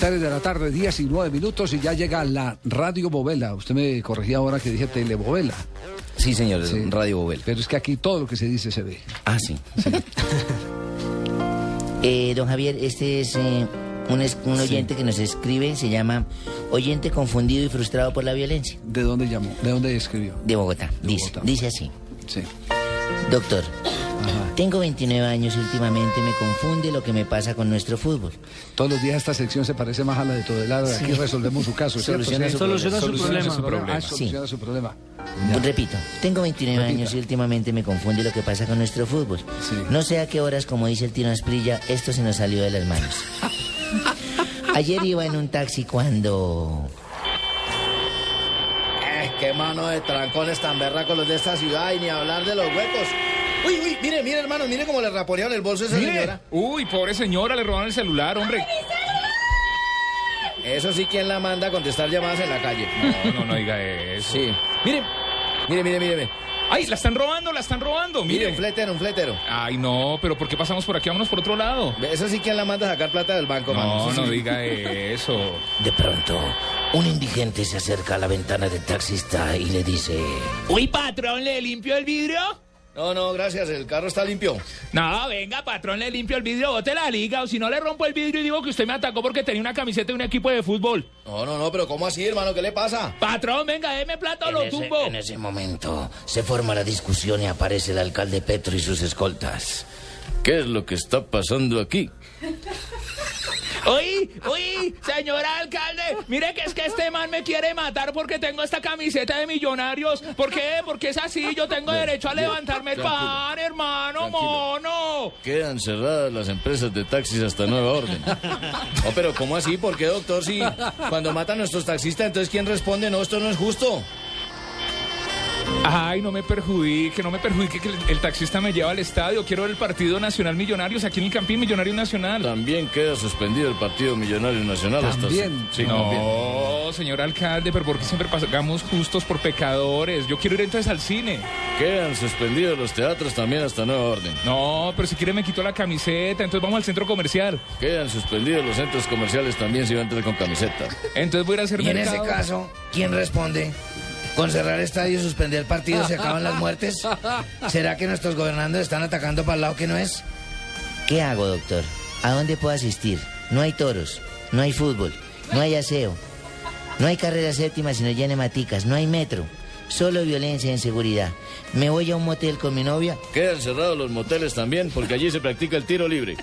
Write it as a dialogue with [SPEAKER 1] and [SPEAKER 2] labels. [SPEAKER 1] 3 de la tarde, 19 minutos y ya llega la Radio Bovela. Usted me corregía ahora que dije Telebovela.
[SPEAKER 2] Sí, señores, Radio Bobel.
[SPEAKER 1] Pero es que aquí todo lo que se dice se ve.
[SPEAKER 2] Ah, sí. Eh, don Javier, este es eh, un, es- un oyente que nos escribe, se llama Oyente confundido y frustrado por la violencia,
[SPEAKER 1] ¿De dónde llamó? ¿De dónde escribió?
[SPEAKER 2] de Bogotá.
[SPEAKER 1] De
[SPEAKER 2] dice,
[SPEAKER 1] Bogotá.
[SPEAKER 2] dice así,
[SPEAKER 1] Sí.
[SPEAKER 2] doctor.
[SPEAKER 1] Ajá.
[SPEAKER 2] Tengo 29 años y últimamente me confunde lo que me pasa con nuestro fútbol.
[SPEAKER 1] Todos los días esta sección se parece más a la de Todelar. Aquí
[SPEAKER 2] Sí.
[SPEAKER 1] resolvemos su caso. ¿cierto?
[SPEAKER 2] Soluciona
[SPEAKER 1] Sí.
[SPEAKER 2] su Soluciona
[SPEAKER 3] su problema.
[SPEAKER 1] Soluciona su problema. Ah,
[SPEAKER 3] Sí.
[SPEAKER 1] soluciona su problema.
[SPEAKER 2] Repito, tengo 29 años y últimamente me confunde lo que pasa con nuestro fútbol.
[SPEAKER 1] Sí.
[SPEAKER 2] No sé a qué horas, como dice el Tino Asprilla, esto se nos salió de las manos. Ayer iba en un taxi cuando...
[SPEAKER 4] Eh, qué mano de trancones tan berracos los de esta ciudad y ni hablar de los huecos. Uy, uy, mire, mire, hermano, mire cómo le raporearon el bolso a esa
[SPEAKER 3] Mire,
[SPEAKER 4] señora.
[SPEAKER 3] uy, pobre señora, le robaron el celular, hombre.
[SPEAKER 4] Eso sí, ¿quién la manda a contestar llamadas en la calle?
[SPEAKER 3] No, no, no diga eso.
[SPEAKER 4] Sí. Mire, mire, mire, mire.
[SPEAKER 3] Ay, la están robando, la están robando,
[SPEAKER 4] Mire, un
[SPEAKER 3] mire.
[SPEAKER 4] fletero, un fletero.
[SPEAKER 3] Ay, no, pero ¿por qué pasamos por aquí? Vámonos por otro lado.
[SPEAKER 4] Eso sí, ¿quién la manda a sacar plata del banco, mano?
[SPEAKER 3] No,
[SPEAKER 4] Eso
[SPEAKER 3] no
[SPEAKER 4] sí.
[SPEAKER 3] diga eso.
[SPEAKER 2] De pronto, un indigente se acerca a la ventana del taxista y le dice...
[SPEAKER 3] Uy, patrón, ¿le limpio el vidrio?
[SPEAKER 4] No, no, gracias, el carro está limpio.
[SPEAKER 3] No, venga, patrón, le limpio el vidrio, bote la liga, o si no le rompo el vidrio y digo que usted me atacó porque tenía una camiseta de un equipo de fútbol.
[SPEAKER 4] No, no, no, pero ¿cómo así, hermano? ¿Qué le pasa?
[SPEAKER 3] Patrón, venga, déme plata o
[SPEAKER 2] En
[SPEAKER 3] lo
[SPEAKER 2] ese-
[SPEAKER 3] tumbo.
[SPEAKER 2] en ese momento se forma la discusión y aparece el alcalde Petro y sus escoltas.
[SPEAKER 5] ¿Qué es lo que está pasando aquí?
[SPEAKER 3] Uy, uy, señora alcalde, mire que es que este man me quiere matar porque tengo esta camiseta de millonarios. ¿Por qué? Porque es así, yo tengo derecho a levantarme el
[SPEAKER 5] tranquilo,
[SPEAKER 3] pan, hermano,
[SPEAKER 5] tranquilo.
[SPEAKER 3] mono.
[SPEAKER 5] Quedan cerradas las empresas de taxis hasta nueva orden.
[SPEAKER 4] No, pero ¿cómo así? ¿Por qué, doctor? Si cuando matan a nuestros taxistas, entonces ¿quién responde? No, esto no es justo.
[SPEAKER 3] Ay, no me perjudique, no me perjudique que el, el taxista me lleva al estadio. Quiero ver el partido Nacional Millonarios aquí en el Campín Millonario Nacional.
[SPEAKER 5] También queda suspendido el Partido Millonario Nacional hasta...
[SPEAKER 1] También.
[SPEAKER 5] Sí, también.
[SPEAKER 3] No, señor alcalde, pero ¿por qué siempre pagamos justos por pecadores? Yo quiero ir entonces al cine.
[SPEAKER 5] Quedan suspendidos los teatros también hasta nueva orden.
[SPEAKER 3] No, pero si quiere me quito la camiseta, entonces vamos al centro comercial.
[SPEAKER 5] Quedan suspendidos los centros comerciales también si va a entrar con camiseta.
[SPEAKER 3] Entonces voy a ir a hacer
[SPEAKER 4] Y en ese
[SPEAKER 3] mercado.
[SPEAKER 4] caso, ¿quién responde? ¿Con cerrar estadio y suspender partidos se acaban las muertes? ¿Será que nuestros gobernantes están atacando para el lado que no es?
[SPEAKER 2] ¿Qué hago, doctor? ¿A dónde puedo asistir? No hay toros, no hay fútbol, no hay aseo, no hay carrera séptima sino ya maticas, no hay metro, solo violencia e inseguridad. Me voy a un motel con mi novia
[SPEAKER 5] Quedan cerrados los moteles también porque allí se practica el tiro libre.